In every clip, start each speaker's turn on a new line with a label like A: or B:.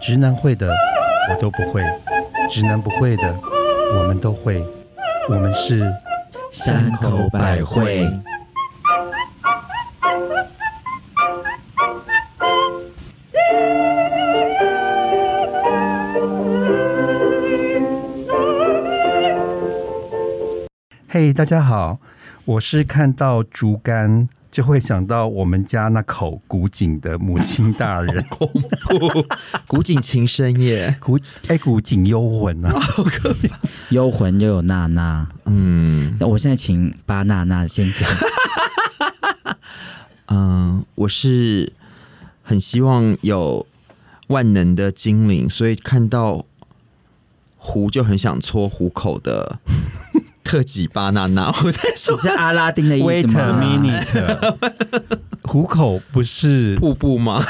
A: 直男会的我都不会，直男不会的我们都会，我们是
B: 山口百惠。
A: 嘿大家好，我是看到竹竿就会想到我们家那口古井的母亲大人，
B: 古井情深夜，
A: 古哎古井幽魂 啊，
C: 幽魂又有娜娜，
B: 嗯
C: 那我现在请巴娜娜先 讲。
B: 嗯，我是很希望有万能的精灵，所以看到虎就很想搓虎口的特级巴娜 娜。我在
C: 你
B: 说
C: 是阿拉丁的
A: Wait
C: 意
A: a
C: 思吗
A: minute，虎口不是？
B: 瀑布吗？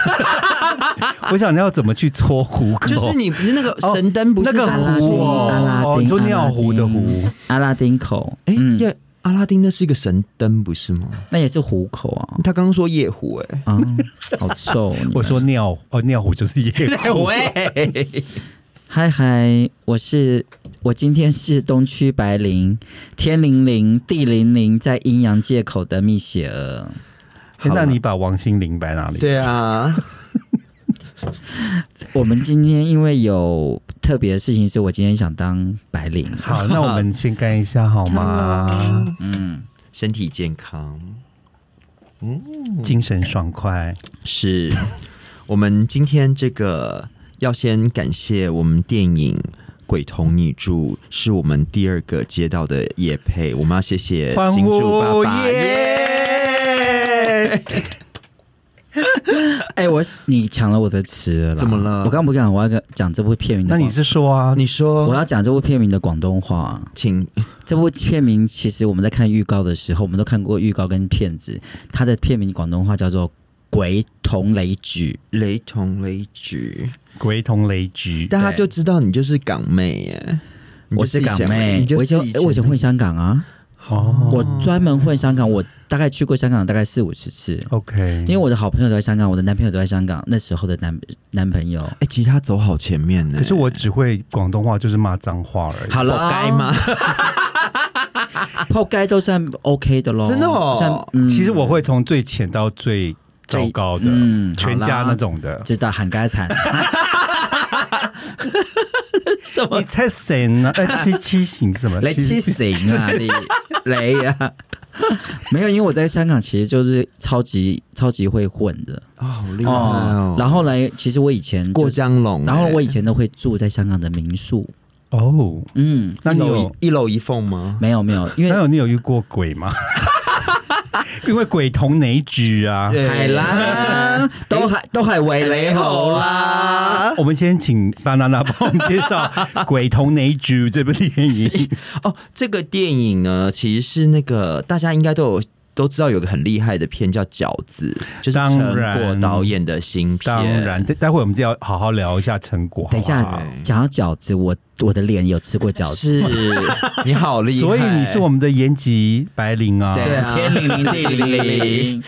A: 我想要怎么去搓虎口？
B: 就是你不哦是那个神灯，不
A: 那
B: 是
A: 个
B: 阿拉
A: 壶
C: 丁
B: 丁
A: 哦，
C: 阿拉丁
A: 哦你说
C: 阿拉丁
A: 尿壶的壶，
C: 阿拉丁口，
B: 哎
C: 嗯，
B: 夜阿拉丁那是一个神灯，不是吗？
C: 那也是虎口啊，
B: 嗯他刚刚说夜壶，哎，
C: 啊，好臭！你们
A: 我说尿哦，尿壶就是夜 壶。
B: 喂，
C: 嗨嗨，我是我今天是东区白灵天灵灵地灵灵在阴阳界口的蜜雪儿，
A: 哎那
B: 好了
A: 你把王心凌摆哪里？
B: 对 啊，
C: 我们今天因为有特别的事情，所以我今天想当白灵。
A: 好，那我们先干一下好吗？
C: 嗯，
B: 身体健康。
A: 精神爽快，
B: 是我们今天这个要先感谢我们电影《鬼童你住》，是我们第二个接到的业配，我们要谢谢
A: 欢
B: 呃金主爸
A: 呼
B: 爸。
A: 耶！
C: 哎、我你抢了我的词了啦，
B: 怎么了
C: 我刚不讲，我要跟讲这部片名的
A: 那
C: 广。
A: 你是说啊？
B: 你
C: 我
B: 说，
C: 要讲这部片名的广东话。啊
B: 请
C: 这部片名其实我们在看预告的时候，我们都看过预告跟片子，它的片名广东话叫做《鬼同雷举
B: 雷同雷举，
A: 鬼同雷局，
B: 大家就知道你就是港妹耶。》，你
C: 我
B: 就是以前
C: 港妹
B: 你，就
C: 我以前
B: 是
C: 哎我以前混香港啊，
A: 哦
C: 我专门混香港，我大概去过香港大概四五十次，
A: ，OK，
C: 因为我的好朋友都在香港，我的男朋友都在香港，那时候的男男朋友。
B: 哎，其实他走好前面呢。
A: 可是我只会广东话，就是骂脏话而已。
C: 好了，
B: 该吗？
C: 破街都算 OK 的咯，
B: 真的哦
C: 算嗯
A: 其实我会从最浅到最糟糕的
C: 最嗯，
A: 全家
B: 好啦
A: 那种 的。
C: 知道喊该惨，
B: 什
A: 你？猜谁呢？呃，七七行什么？
C: 雷七行 啊，你雷啊，没有，因为我在香港其实就是超级超级会混的
B: 哦，好厉害哦！
C: 然后来，其实我以前就
B: 过江龙，
C: 然后我
B: 哎
C: 以前都会住在香港的民宿，
A: 哦，
C: 嗯，
A: 那
B: 哎一
A: 你
B: 楼
A: 有
B: 一一楼一凤吗？
C: 没有没有，因
A: 那
C: 为
A: 有你有遇过鬼吗？因为鬼同哪举啊？
B: 对哎
C: 海啦，都海都海为雷猴啦。
B: 啊
A: 我们先请巴娜娜帮我们介绍《鬼同哪举》这部电 影。
B: 哦，这个电影呢，其实是那个大家应该都有都知道，有个很厉害的片叫《饺子》，就是
A: 当
B: 陈
A: 然
B: 果导演的新片。
A: 当然，待待会我们就要好好聊一下成果。
C: 等一
A: 好不
C: 下
A: 好，
C: 讲到饺子，我我的脸有吃过饺子，
B: 是你好厉害，
A: 所以你是我们的延吉白灵啊。
B: 对啊
C: 天灵灵地灵 灵，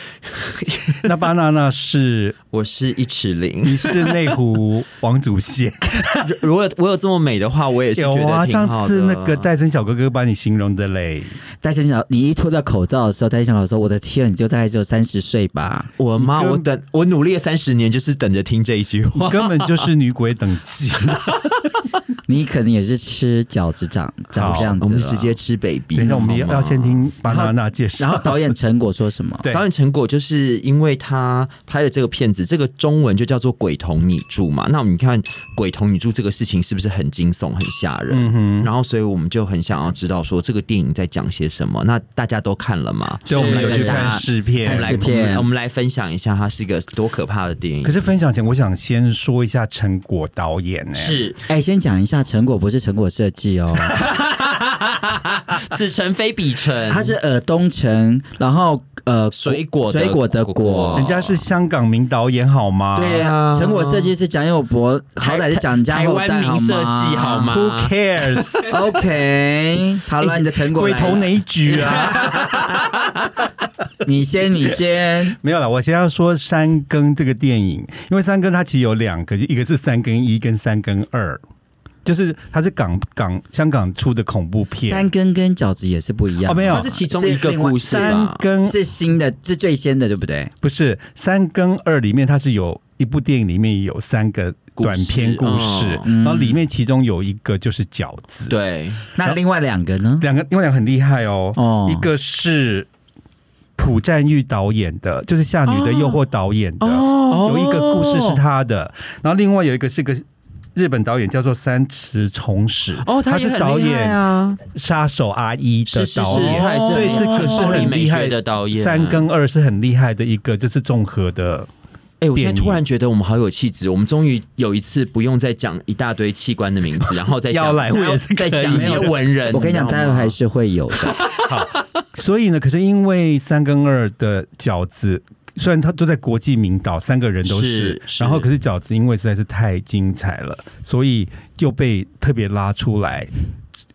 A: 那巴娜娜是
B: 我是一尺零。
A: 你是内湖王祖贤。
B: 如果我有这么美的话，我也是觉
A: 有
B: 得挺好
A: 啊，
B: 的
A: 上次那个戴森小哥哥把你形容的嘞，
C: 戴森小，你一脱掉口罩的时候，戴森小说：“我的天，你就大概只有三十岁吧。
B: 我妈，
A: 你跟
B: 我等我努力了三十年，就是等着听这一句
A: 你
B: 话。
A: 根本就是女鬼等 级。
C: 你可能也是吃饺子长长这样子。”
B: 我们是直接。吃 baby。
A: 等一下，我们要
B: 好吗
A: 要先听巴娜娜介
C: 然后
A: 绍。
C: 导演陈果说什么？
A: 对
B: 导演成果就是因为他拍了这个片子，这个中文就叫做《鬼童你住》嘛。那我们看《鬼童你住》这个事情是不是很惊悚、很吓人？
A: 嗯
B: 然后，所以我们就很想要知道说这个电影在讲些什么。那大家都看了吗？
A: 就我们有去看试片，
C: 看
B: 来
C: 试片
B: 我们来分享一下它是一个多可怕的电影。
A: 可是分享前，我想先说一下陈果导演呢、
B: 是
C: 哎，先讲一下，陈果不是陈果设计 哦，
B: 此诚非彼诚，
C: 他是尔东城，然后呃，
B: 水果的
C: 水果的果哎
B: 果，
A: 人家是香港名导演好吗？
B: 哦对啊
C: 陈果设计是蒋友柏，好歹是蒋人家
B: 台
C: 后代
B: 湾名设计好吗
A: Who cares？
C: ？OK，好了，你的成果
A: 鬼
C: 来了
A: 头哪一局啊？
C: 你先，你先，
A: 没有啦，我先要说《三更》这个电影，因为《三更》它其实有两个，就一个是《三更一》跟《三更二》，就是它是港港香港出的恐怖片。
C: 三根跟饺子也是不一样。
A: 哦，没有
B: 它，是其中一个故事啊
A: 三
B: 啦。
A: 更
C: 是新的，是最先的，对不对？
A: 不是《三更二》里面，它是有一部电影里面有三个短篇故
B: 故哦嗯
A: 事，
B: 事
A: 然后里面其中有一个就是饺子，
B: 对，
C: 那另外两个呢？
A: 两个因为两个很厉害哦，
C: 哦
A: 一个是朴赞玉导演的，就是《夏女的诱惑》导演的，
B: 哦
A: 有一个故事是他的，然后另外有一个是个。日本导演叫做三池崇史，
B: 哦，他
A: 他
B: 也
A: 是
B: 很
A: 导
B: 厉害
A: 演《
B: 啊，
A: 杀手阿一》的
B: 是是
A: 导
B: 是，
A: 演，
B: 他也是
A: 所以
B: 很
A: 这个是
B: 暴力
A: 很
B: 美
A: 厉害
B: 学的导演。啊
A: 三跟二是很厉害的一个，就是综合的
B: 哎、我现在
A: 电影
B: 突然觉得我们好有气质，我们终于有一次不用再讲一大堆器官的名字，然后再
A: 要
B: 讲，
A: 来我也是可
B: 再
A: 以
B: 讲一些文人。
C: 我跟你讲，待
B: 知道
C: 会
B: 吗
C: 还是会有的。
A: 所以呢，可是因为三跟二的饺子，虽然他都在国际名导，三个人都是，
B: 是是
A: 然后可是饺子因为实在是太精彩了，所以又被特别拉出来。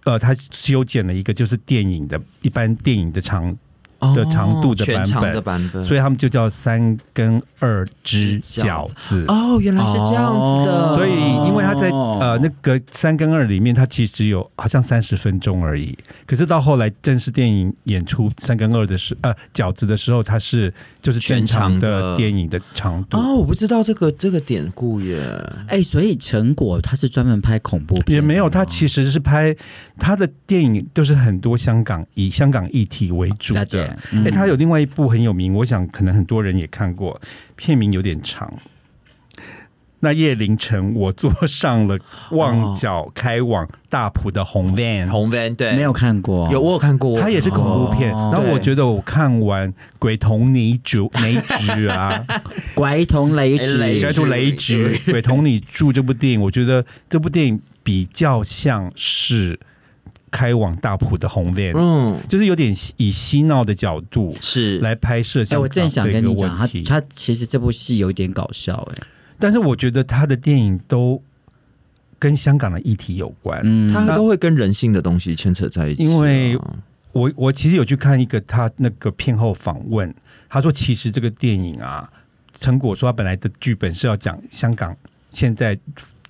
A: 呃，他修剪了一个就是电影的一般电影的长，
B: 哦
A: 的长度的版本
B: 全长的版本，
A: 所以他们就叫三跟二之饺子。
B: 哦，原来是这样子的。
C: 哦
A: 所以，因为他在呃那个三跟二里面，它其实只有好像三十分钟而已。可是到后来正式电影演出三跟二的时呃饺子的时候，它是就是正常
B: 全长
A: 的
C: 哦
B: 的
A: 电影的长度，
B: 哦，我不知道这个这个典故耶。
C: 哎、所以成果他是专门拍恐怖片，
A: 也没有。它其实是拍它的电影，就是很多香港以香港议题为主
C: 了
A: 的
C: 解。。嗯
A: 哎、他有另外一部很有名，我想可能很多人也看过，片名有点长。那夜凌晨，我坐上了旺角开往大埔的红 van，、
B: 红 van 对，
C: 没有看过，
B: 有我有看过，我有
A: 它也是
B: 看
A: 恐
B: 过
A: 怖片。
C: 哦
A: 然后我
B: 对
A: 觉得我看完《鬼童女 主》女主啊，
C: 拐筒雷
B: 哎雷
A: 应
C: 指
A: 该
B: 剧
A: 说《雷局》《鬼童女住》这部电影，我觉得这部电影比较像是开往大埔的红 van，、
B: 嗯，
A: 就是有点以嬉闹的角度
B: 是
A: 来拍摄
C: 哎、
A: 香
C: 我正
A: 港
C: 想
A: 这
C: 跟
A: 个
C: 你讲，
A: 问
C: 他
A: 题。
C: 他其实这部戏有点搞笑、哎，
A: 但是我觉得他的电影都跟香港的议题有关。
C: 嗯，
B: 它都会跟人性的东西牵扯在一起啊、
A: 因为我我其实有去看一个他那个片后访问，他说其实这个电影啊，陈果说他本来的剧本是要讲香港现在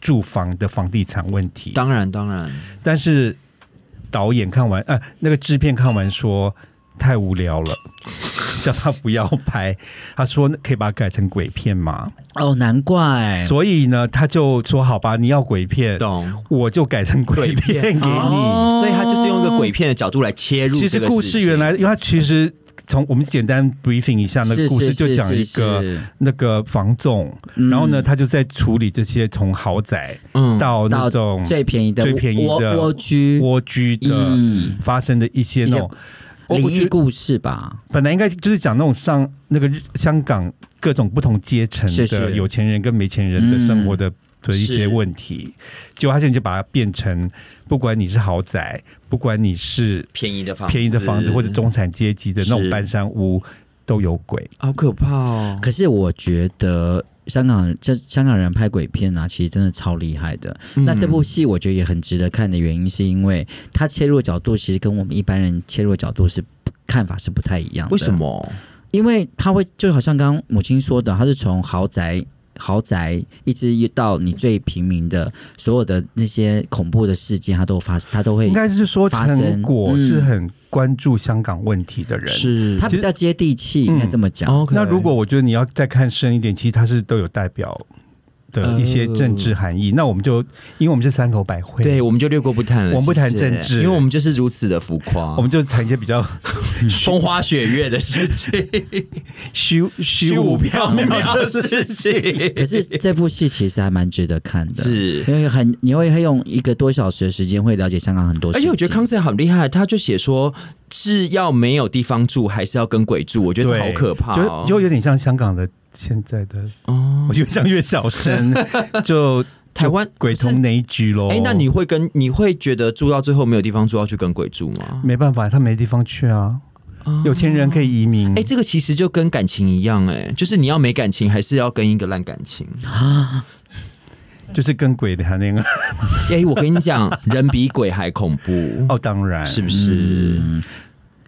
A: 住房的房地产问题，
B: 当然当然，
A: 但是导演看完呃那个制片看完说太无聊了， 叫他不要拍，他说可以把它改成鬼片嘛，
C: 哦，难怪，
A: 所以呢他就说好吧，你要鬼片，
B: 懂。
A: 我就改成鬼片给你。
C: 哦
B: 所以他就是用一个鬼片的角度来切入
A: 其
B: 这
A: 实
B: 个
A: 故
B: 事
A: 事
B: 情
A: 原来，因为它其实从我们简单 briefing 一下，那
C: 是嗯
A: 个故事就讲一个，那个房仲，然后呢，他就在处理这些从豪宅
B: 嗯
A: 到那
C: 到
A: 种
C: 最便宜的
A: 最便宜的
C: 蜗蜗居，
A: 蜗居的
C: 嗯，
A: 发生的一些那种。我
C: 灵
A: 我觉
C: 异
A: 得
C: 故事吧，
A: 本来应该就是讲那种上那个日香港各种不同阶层
C: 是
A: 的
C: 是
A: 有钱人跟没钱人的
C: 嗯
A: 生活的的一些
B: 是
A: 问题，结果他现在就把它变成，不管你是豪宅，不管你是
B: 便宜的房
A: 便宜的房子或者中产阶级的那种
B: 是
A: 搬山屋都有鬼。
B: 好可怕哦！
C: 可是我觉得。香港这香港人拍鬼片啊，其实真的超厉害的。
B: 嗯
C: 那这部戏我觉得也很值得看的原因，是因为它切入的角度其实跟我们一般人切入的角度是看法是不太一样的。
B: 为什？么？
C: 因为他会就好像刚刚母亲说的，他是从豪宅。豪宅一直到你最平民的，所有的那些恐怖的事件，他都发，他都会
A: 应，该是说
C: 发生
A: 陈果
C: 嗯
A: 是很关注香港问题的人。
B: 是哦
C: 他比较接地气，
B: 嗯
C: 应该这么讲。
B: OK。
A: 那如果我觉得你要再看深一点，其实它是都有代表的一些政治含义。那我们就因为我们是三口百会，
B: 嗯对，我们就略过不谈了。
A: 我们不谈
B: 谢谢
A: 政治
B: 因为我们就是如此的浮夸，
A: 我们就谈一些比较
B: 风花雪月的事情，
A: 虚虚无缥缈
B: 的事情
C: 可是这部戏其实还蛮值得看的，
B: 是。
C: 因为很你会用一个多小时的时间会了解香港很多
A: 哎
C: 事
B: 而
C: 情，
B: 且我觉得康 Sir 很厉害，他就写说是要没有地方住，还是要跟鬼住，我觉得
A: 对，
B: 好可怕、哦
A: 就。就有点像香港的现在的，
B: 哦，
A: 我觉得像岳小 生就
B: 台湾
A: 鬼哦童那一局喽。
B: 哎、那你会跟你会觉得住到最后没有地方住，要去跟鬼住吗？
A: 没办法，他没地方去啊。有钱人可以移民，
B: 哦哎、这个其实就跟感情一样、哎，就是你要没感情，还是要跟一个烂感情？
A: 就是跟鬼谈恋
B: 嗯
A: 爱。
B: 哎、我跟你讲，人比鬼还恐怖，
A: 哦哦，当然，
B: 是不是？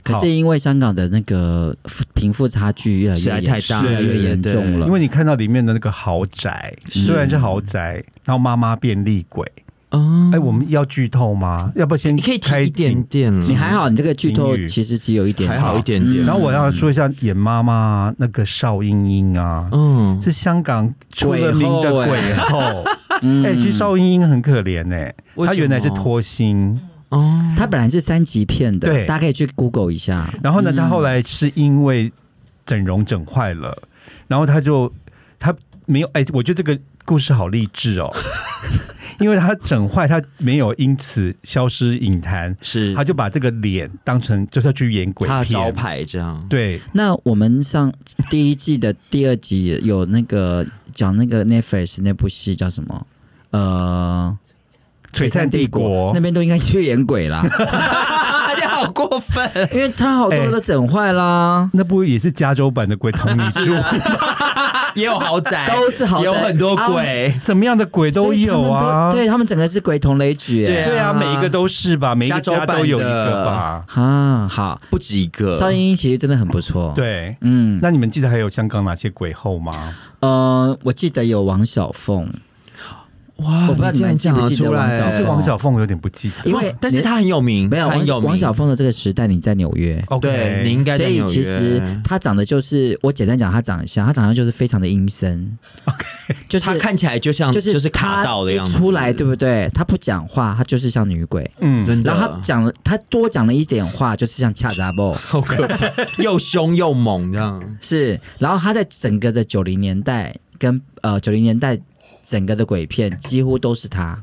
C: 可是因为香港的那个贫富差距越来
B: 实
C: 越
B: 在
C: 严
B: 太大
A: 了
C: 越来越严
B: 对
C: 重了，
A: 因为你看到里面的那个豪宅，虽然是豪宅，然后妈妈变厉鬼，
B: 哦，
A: 哎，我们要剧透吗？要不要先
B: 你可以
A: 开
B: 提一点
A: 景？
B: 点
C: 你
B: 了，
C: 还好，你这个剧透其实只有一点吧，
B: 还
A: 哎
B: 好一点点。
A: 然后我要说一下演妈妈那个邵英英啊，
B: 嗯，
A: 是香港出了名的鬼 后。欸
C: 嗯
A: 哎、其实邵英英很可怜哎、
B: 为什么
A: 她原来是脱星，
B: 哦，
C: 它本来是三级片的，
A: 对
C: 大家可以去 Google 一下。
A: 然后呢，她后来是因为整容整坏了，然后她就她没有哎、我觉得这个故事好励志哦， 因为她整坏，她没有因此消失影坛，
B: 是
A: 她就把这个脸当成就是要去演鬼
B: 他的招
A: 片，
B: 牌 这样。
A: 对，
C: 那我们上第一季的第二集有那个讲那个 Netflix 那部戏叫什么？呃，
A: 璀璨帝国
C: 那边都应该去演鬼 啦，
B: 你好过分！
C: 因为他好
A: 哎
C: 多都整坏啦。
A: 那不也是加州版的鬼同你住，
B: 也有豪宅，
C: 都是豪宅啊
B: 有很多鬼。
A: 什么样的鬼都
C: 所以他
A: 有
C: 们
A: 啊，
C: 对他们整个是鬼同雷举、
B: 对
C: 欸。
A: 对啊，每一个都是吧，每一个家都有一个吧，
C: 啊，好，
B: 不止一个，
C: 邵英英其实真的很不错。，
A: 对。
C: 嗯，
A: 那你们记得还有香港哪些鬼后吗？
C: 呃，我记得有王小凤，
B: 哇
C: 我不知道你们记不记得王小
B: 哎
A: 其实
C: 凤
A: 王小凤有点不记得。
C: 因
B: 因为
C: 为
B: 但是
C: 你
B: 他很有名，
C: 没有
B: 她很有
C: 王
B: 名。
C: 王小凤的这个时代，你在纽约。
A: OK，
B: 对，你应该
C: 所
B: 在
C: 以
B: 纽约
C: 其实她长得就是，我简单讲她长相，她长相就是非常的阴森就是
B: 他看起来就像
C: 就是
B: 就是卡
C: 她
B: 到的
C: 一
B: 样子，
C: 出来对不对？她不讲话，她就是像女鬼。
A: 嗯，
B: 真的
C: 然后她讲了，她多讲了一点话，就是像恰杂布
B: 好可怕，又凶又猛这样。
C: 是。然后她在整个的九零年代跟呃九零年代整个的鬼片几乎都是她。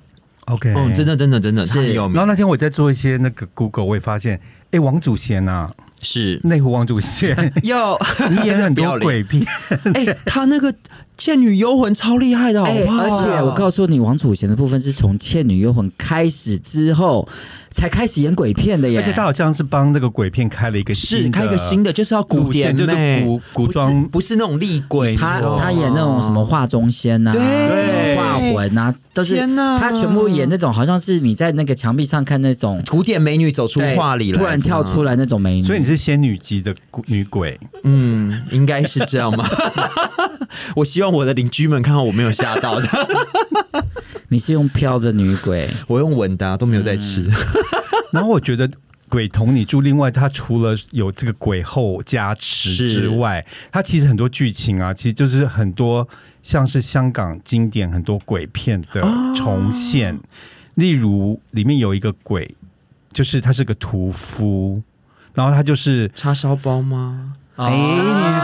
A: ，OK，
B: 哦，真。的真的真的，他很有
A: 然后
B: 名，
A: 那天我在做一些那个 Google，我也发现，哎，王祖贤啊，
B: 是
A: 内湖王祖 贤
B: 又
A: 你演很多鬼片，
B: 哎，他那个《倩女幽魂》超厉害的，好
C: 哎，
B: 不好？
C: 而且我告诉你，王祖贤的部分是从《倩女幽魂》开始之后才开始演鬼片的耶。
A: 而且他好像是帮那个鬼片开了一个
B: 是开一个新
A: 的
B: 的，就是要古
A: 路线
B: 典
A: 就是
B: 美，
A: 古古
B: 不是
A: 装
B: 不是那种厉鬼，
C: 他
A: 哦
B: 你知道吗
C: 他演那种什么画中仙呐、啊
B: 对
C: 什么画魂呐、都是
B: 天哪
C: 他全部演那种，好像是你在那个墙壁上看那种
B: 古典美女走出画里来，
C: 突然跳出
B: 来，
C: 来那种美女。
A: 所以你是仙女级的古女鬼，
B: 嗯，应该是这样吧。 我希望我的邻居们看到我没有吓 到，
C: 你是用飘的女鬼，
B: 我用闻的啊、都没有在吃。
A: 然后我觉得鬼同你住，另外它除了有这个鬼后加持
B: 是
A: 之外，它其实很多剧情啊，其实就是很多像是香港经典很多鬼片的
C: 啊
A: 重现，例如里面有一个鬼，就是他是个屠夫。然后他就是，
B: 叉烧包吗？
A: 哎、你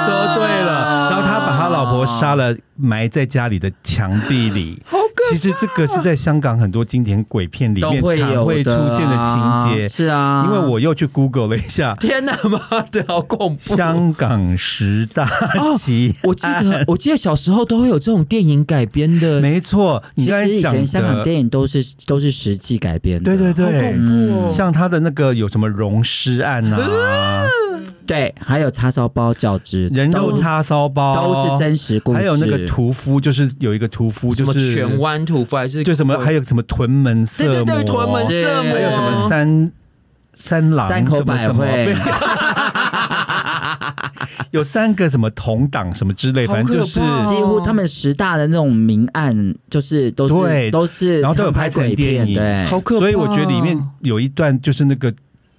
A: 说对
C: 啊
A: 了。然后他把他老婆杀了，埋在家里的墙壁里。其实这个是在香港很多经典鬼片里
C: 啊都
A: 面
C: 会
A: 常
C: 有
A: 会出
C: 的
A: 现的
C: 啊
A: 情节。
C: 是啊，
A: 因为我又去 Google 了一下
B: 天哪妈的，好恐怖！
A: 香港十大奇，
B: 我记得，我记得小时候都会有这种电影改编的，
A: 没错，你
C: 其
A: 刚
C: 实
A: 才
C: 以
A: 讲
C: 前香港
A: 的，
C: 电影都啊是都是实际改编的，
A: 对对
B: 好
A: 对
B: 恐，怖哦！
A: 像他的那个有什么溶尸案啊，
C: 对，还有叉烧包饺子，
A: 人肉
C: 都
A: 叉烧包啊
C: 都是真实故事，
A: 还有那个屠夫，就是有一个屠夫，
B: 什
A: 就
B: 么
A: 是
B: 全湾屠夫还是
A: 就什么，还有什么屯门色
B: 对
A: 魔，
B: 对对，屯门
C: 是
B: 色魔，
A: 还有什么
C: 哦
A: 三三郎
C: 山口
A: 什么
C: 百
A: 什么
C: 惠，
A: 有三个什么同党什么之类，
B: 好
A: 反正就是
B: 可怕
C: 几
B: 哦
C: 乎他们十大的那种明暗，就是都
A: 对
C: 是都是，
A: 然后都有拍
C: 拍
A: 成
C: 鬼
A: 电
C: 片，
A: 影
C: 对，
B: 好可怕！
A: 所以我觉得里面有一段就是那个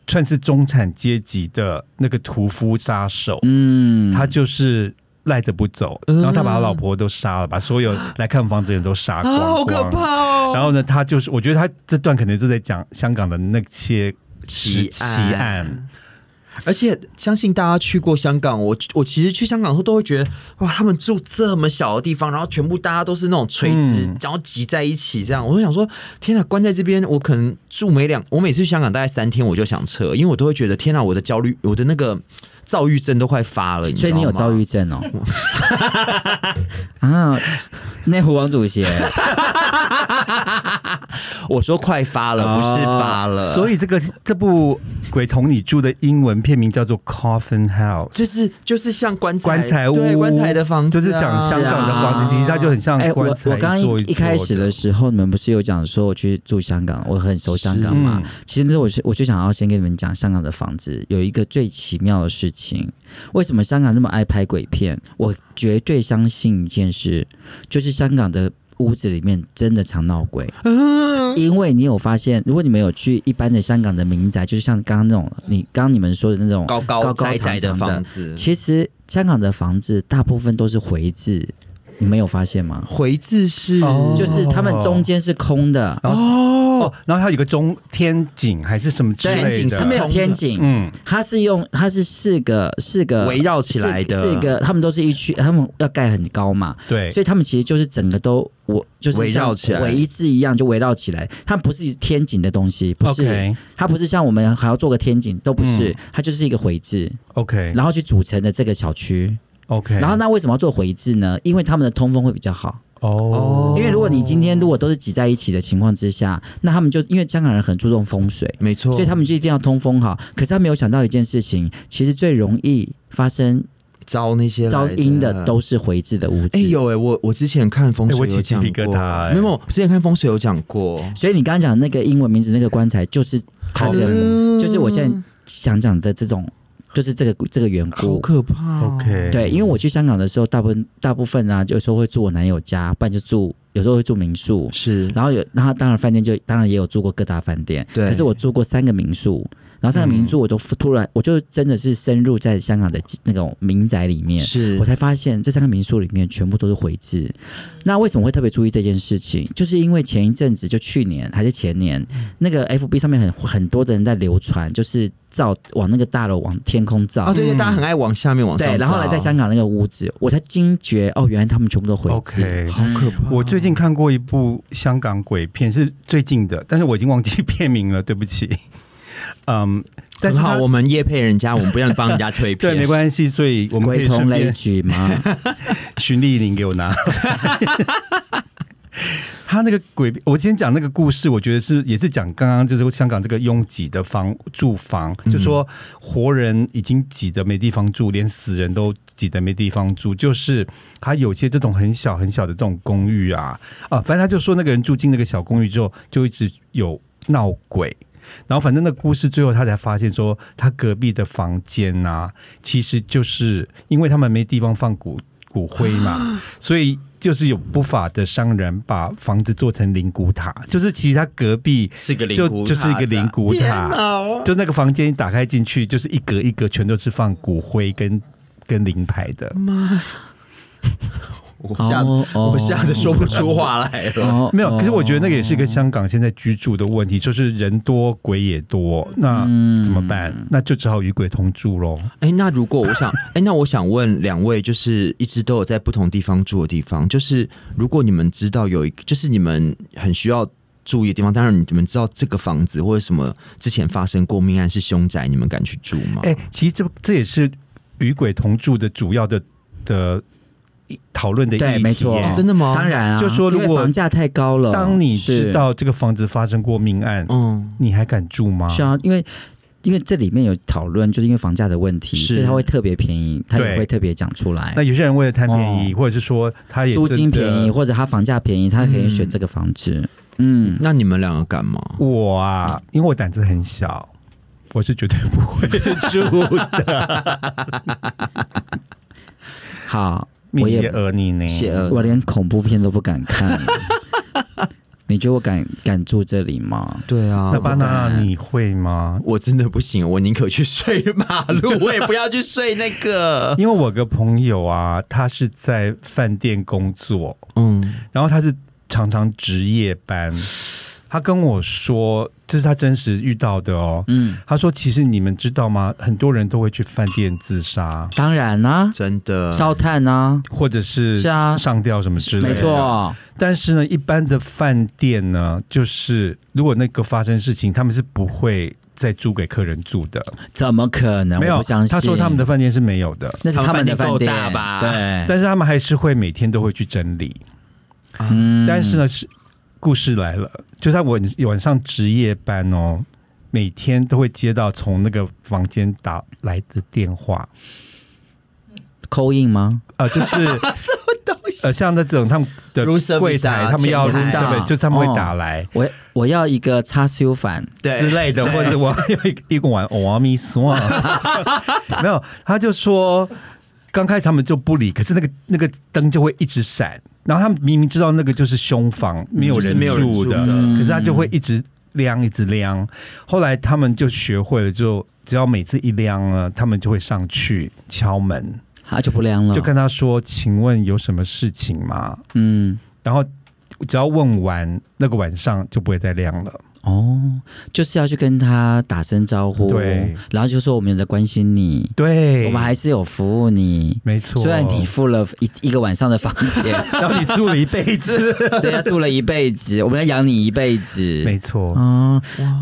A: 算是中产阶级的那个屠夫杀手，
C: 嗯，
A: 他就是赖着不走，
B: 嗯
A: 然后他把他老婆都杀了，把所有来看房子的人都杀光
B: 啊，好可
A: 光。
B: 怕哦！
A: 然后呢，他就是我觉得他这段可能就在讲香港的那些
B: 奇
A: 奇
B: 案
A: 案，
B: 而且相信大家去过香港，我我其实去香港的时候都会觉得，哇，他们住这么小的地方，然后全部大家都是那种垂直，
A: 嗯
B: 然后挤在一起这样，我就想说，天哪，关在这边，我可能住没两，我每次去香港大概三天我就想撤，因为我都会觉得，天啊哪，我的焦虑，我的那个躁郁症都快发了，
C: 所以你有躁
B: 郁？
C: 郁 症哦， 啊，内湖王祖贤，
A: 啊
B: 我说快发了，不是发了，
A: 所以这个这部鬼童你住的英文片名叫做 Coffin House。
B: 就是就是像棺材
A: 棺材屋，
B: 对棺材的房子、啊，
A: 就是讲香港的房子，
B: 是啊
A: 其实它就很像
C: 哎，我
A: 棺材
C: 我刚刚
A: 做
C: 一一开
A: 做
C: 始
A: 的
C: 的时候，你们不是有讲说我去住香港，我很熟香港嘛？
A: 嗯
C: 其实我是我就想要先跟你们讲，香港的房子有一个最奇妙的事情，为什么香港那么爱拍鬼片？我绝对相信一件事，就是香港的。屋子里面真的常闹鬼，
A: 啊
C: 因为你有发现，如果你们有去一般的香港的民宅，就是像刚刚那种你刚刚你们说的那种
B: 高
C: 高
B: 高
C: 高
B: 窄窄
C: 长长的
B: 房子，
C: 其实香港的房子大部分都是回字，你们有发现吗？
B: 回字是
A: 哦
C: 就是他们中间是空的，
A: 哦，然后它有个中天井还是什么之
C: 对，
A: 类
B: 天
A: 的，
B: 井是
C: 它没有天井，
A: 嗯，
C: 它是用它是四个四个
B: 围绕起来的
C: 四四个，他们都是一区，他们要盖很高嘛，
A: 对，
C: 所以他们其实就是整个都我就是
B: 围绕
C: 像
B: 起来
C: 围字一样就围绕起来，它不是天井的东西，不是
A: OK
C: 它不是像我们还要做个天井，都不是
A: 嗯，
C: 它就是一个回字，
A: OK
C: 然后去组成的这个小区。
A: OK，
C: 然后那为什么要做回字呢？因为他们的通风会比较好。
A: 哦，
C: 因为如果你今天如果都是挤在一起的情况之下，那他们就因为香港人很注重风水，
B: 没错，
C: 所以他们就一定要通风好。可是他没有想到一件事情，其实最容易发生
B: 招那些来
C: 招阴的都是回字的屋子。
B: 哎、有哎、我我之前看风
A: 哎我
B: 水有
A: 起鸡
B: 讲
A: 皮疙
B: 过，
A: 瘩哎
B: 没有，我之前看风水有讲过，
C: 所以你刚刚讲那个英文名字那个棺材，就是它这个，
A: 嗯
C: 就是我现在想讲的这种，就是这个这个缘
B: 好
C: 故。
B: 可怕哦、
A: OK，
C: 对，因为我去香港的时候，大部分大部分啊，有时候会住我男友家，不然就住，有时候会住民宿，
B: 是
C: 然后有，然后当然饭店就当然也有住过各大饭店，
B: 对嗯
C: 可是我住过三个民宿，然后三个民宿我都突然、我就真的是深入在香港的那种民宅里面。
B: 是
C: 我，才发现这三个民宿里面全部都是回
A: 嗯
C: 字。那为什么会特别注意这件事情？就是因为前一阵子，就去年还是前年，
A: 嗯
C: 那个 FB 上面很很多的人在流传，就是照往那个大楼往天空照，
B: 哦对对，
A: 嗯
B: 大家很爱往下面往上
C: 对，然后来在香
B: 港，
C: 港那个屋子，我才惊觉哦，原来他们全部都回字。
A: OK。
B: 好可怕、哦
A: 嗯我最近看过一部香港鬼片，是最近的，但是我已经忘记 片名了，对不起。嗯，但
B: 很
A: 是它
B: 好，我们夜配人家，我们不能帮人 家推
A: 对
B: 片，
A: 没关系，所以我们可
C: 鬼
A: 以
C: 同
A: 顺便
C: 雷举嘛，
A: 循例铃给我拿。 他那个鬼，我今天讲那个故事，我觉得是也是讲刚刚就是香港这个拥挤的房住房，就说活人已经挤得没地方住，连死人都挤得没地方住。就是他有些这种很小很小的这种公寓啊啊，反正他就说那个人住进那个小公寓之后，就一直有闹鬼。然后反正那故事最后他才发现说，他隔壁的房间啊，其实就是因为他们没地方放骨骨灰
B: 啊
A: 嘛，所以就是有不法的商人把房子做成灵骨塔，就是其实他隔壁
B: 是个灵
A: 就
B: 骨塔
A: 就是一个灵骨
B: 天
A: 塔，
B: 哪哦
A: 就那个房间一打开进去就是一格一格全都是放骨灰跟跟灵牌的。
B: 妈，我吓、
C: 哦哦
B: 我吓得说不出话来 了。
C: 哦
A: 没有，可是我觉得那个也是一个香港现在居住的问题，就是人多鬼也多，那
B: 嗯
A: 怎么办？那就只好与鬼同住喽。
B: 哎，那如果我想，哎，那我想问两位，就是一直都有在不同地方住的地方，就是如果你们知道有一，就是你们很需要注意的地方，当然你们知道这个房子或者什么之前发生过命案是凶宅，你们敢去住吗？
A: 哎、其实这这也是与鬼同住的主要的的一讨论的议题耶。
C: 对没错
B: 哦真的吗？
C: 当，然啊，
A: 就说如果
C: 因为房价太高了，
A: 当你知
C: 是
A: 道这个房子发生过命案，
B: 嗯，
A: 你还敢住吗？
C: 是啊，因为。因为这里面有讨论，就是因为房价的问题，
B: 是
C: 所以它会特别便宜，它也
A: 对
C: 会特别讲出来
A: 那。有些人为了贪便宜，或者是说他也
C: 哦租金
A: 真的
C: 便宜，。或者它房价便宜，它可以选这个房子。嗯，
B: 那你们两个敢吗？
A: 我啊，因为我胆子很小，我是绝对不会住
C: 啊
A: 的。
C: 好，
A: 你
C: 我
A: 邪
C: 也啊
A: 恶你呢？
B: 邪恶
C: 我连恐怖片都不敢 看。你觉得我敢敢住这里吗？
B: 对啊
A: 那巴娜娜你会吗？
B: 我真的不行，我宁可去睡马路，我也不要去睡那个。
A: 因为我有个朋友啊，他是在饭店工作，
B: 嗯，
A: 然后他是常常值夜班。他跟我说，这是他真实遇到的哦。
C: 嗯，
A: 他说：“其实你们知道吗？很多人都会去饭店自杀，
C: 当然啦、
B: 真的，
C: 烧炭啊，
A: 或者是
C: 是啊
A: 上吊什么之类呃的。
C: 没错，
A: 但是呢，一般的饭店呢，就是如果那个发生事情，他们是不会再租给客人住的。
C: 怎么可能？
A: 没
C: 我
A: 有
C: 不相，信。
A: 他说他们的饭店是没有的，
C: 那是他们的饭
B: 他
C: 店
B: 们饭店够大吧
C: 对，
A: 但是他们还是会每天都会去整理。
C: 嗯
A: 但是呢，是故事来了，就是他晚晚上值夜班哦，每天都会接到从那个房间打来的电话，
C: 扣印吗？
A: 呃，就是
B: 什么东西？
A: 呃，像那种他们的
B: Room service
A: 柜台，
B: 啊
A: 他们要
C: 前
A: room
C: 台啊
A: service，就是他们
C: 哦
A: 会打来
C: 我我要一个叉烧饭，
B: 对
A: 之类的，或者 我要一个一哦个碗瓦米索，没有，他就说刚开始他们就不理，可是那个那个灯就会一直闪，然后他们明明知道那个就是凶房，没有
B: 嗯就是
A: 人
B: 没有人
A: 住
B: 住
A: 的，
C: 嗯
B: 的
A: 可是他就会一直亮一直亮，后来他们就学会了，就只要每次一亮了，他们就会上去敲门。
C: 他就不亮了。
A: 就跟他说：“请问有什么事情吗
C: 嗯，？”
A: 然后只要问完，那个晚上就不会再亮了。
C: 哦，就是要去跟他打声招呼，
A: 对，
C: 然后就说我们有在关心你，
A: 对，
C: 我们还是有服务你。
A: 没错。
C: 虽然你付了一一个晚上的房 间，
A: 然后你住了一辈子，
C: 对，要住了一辈子，我们要养你一辈子。
A: 没错。
C: 哦，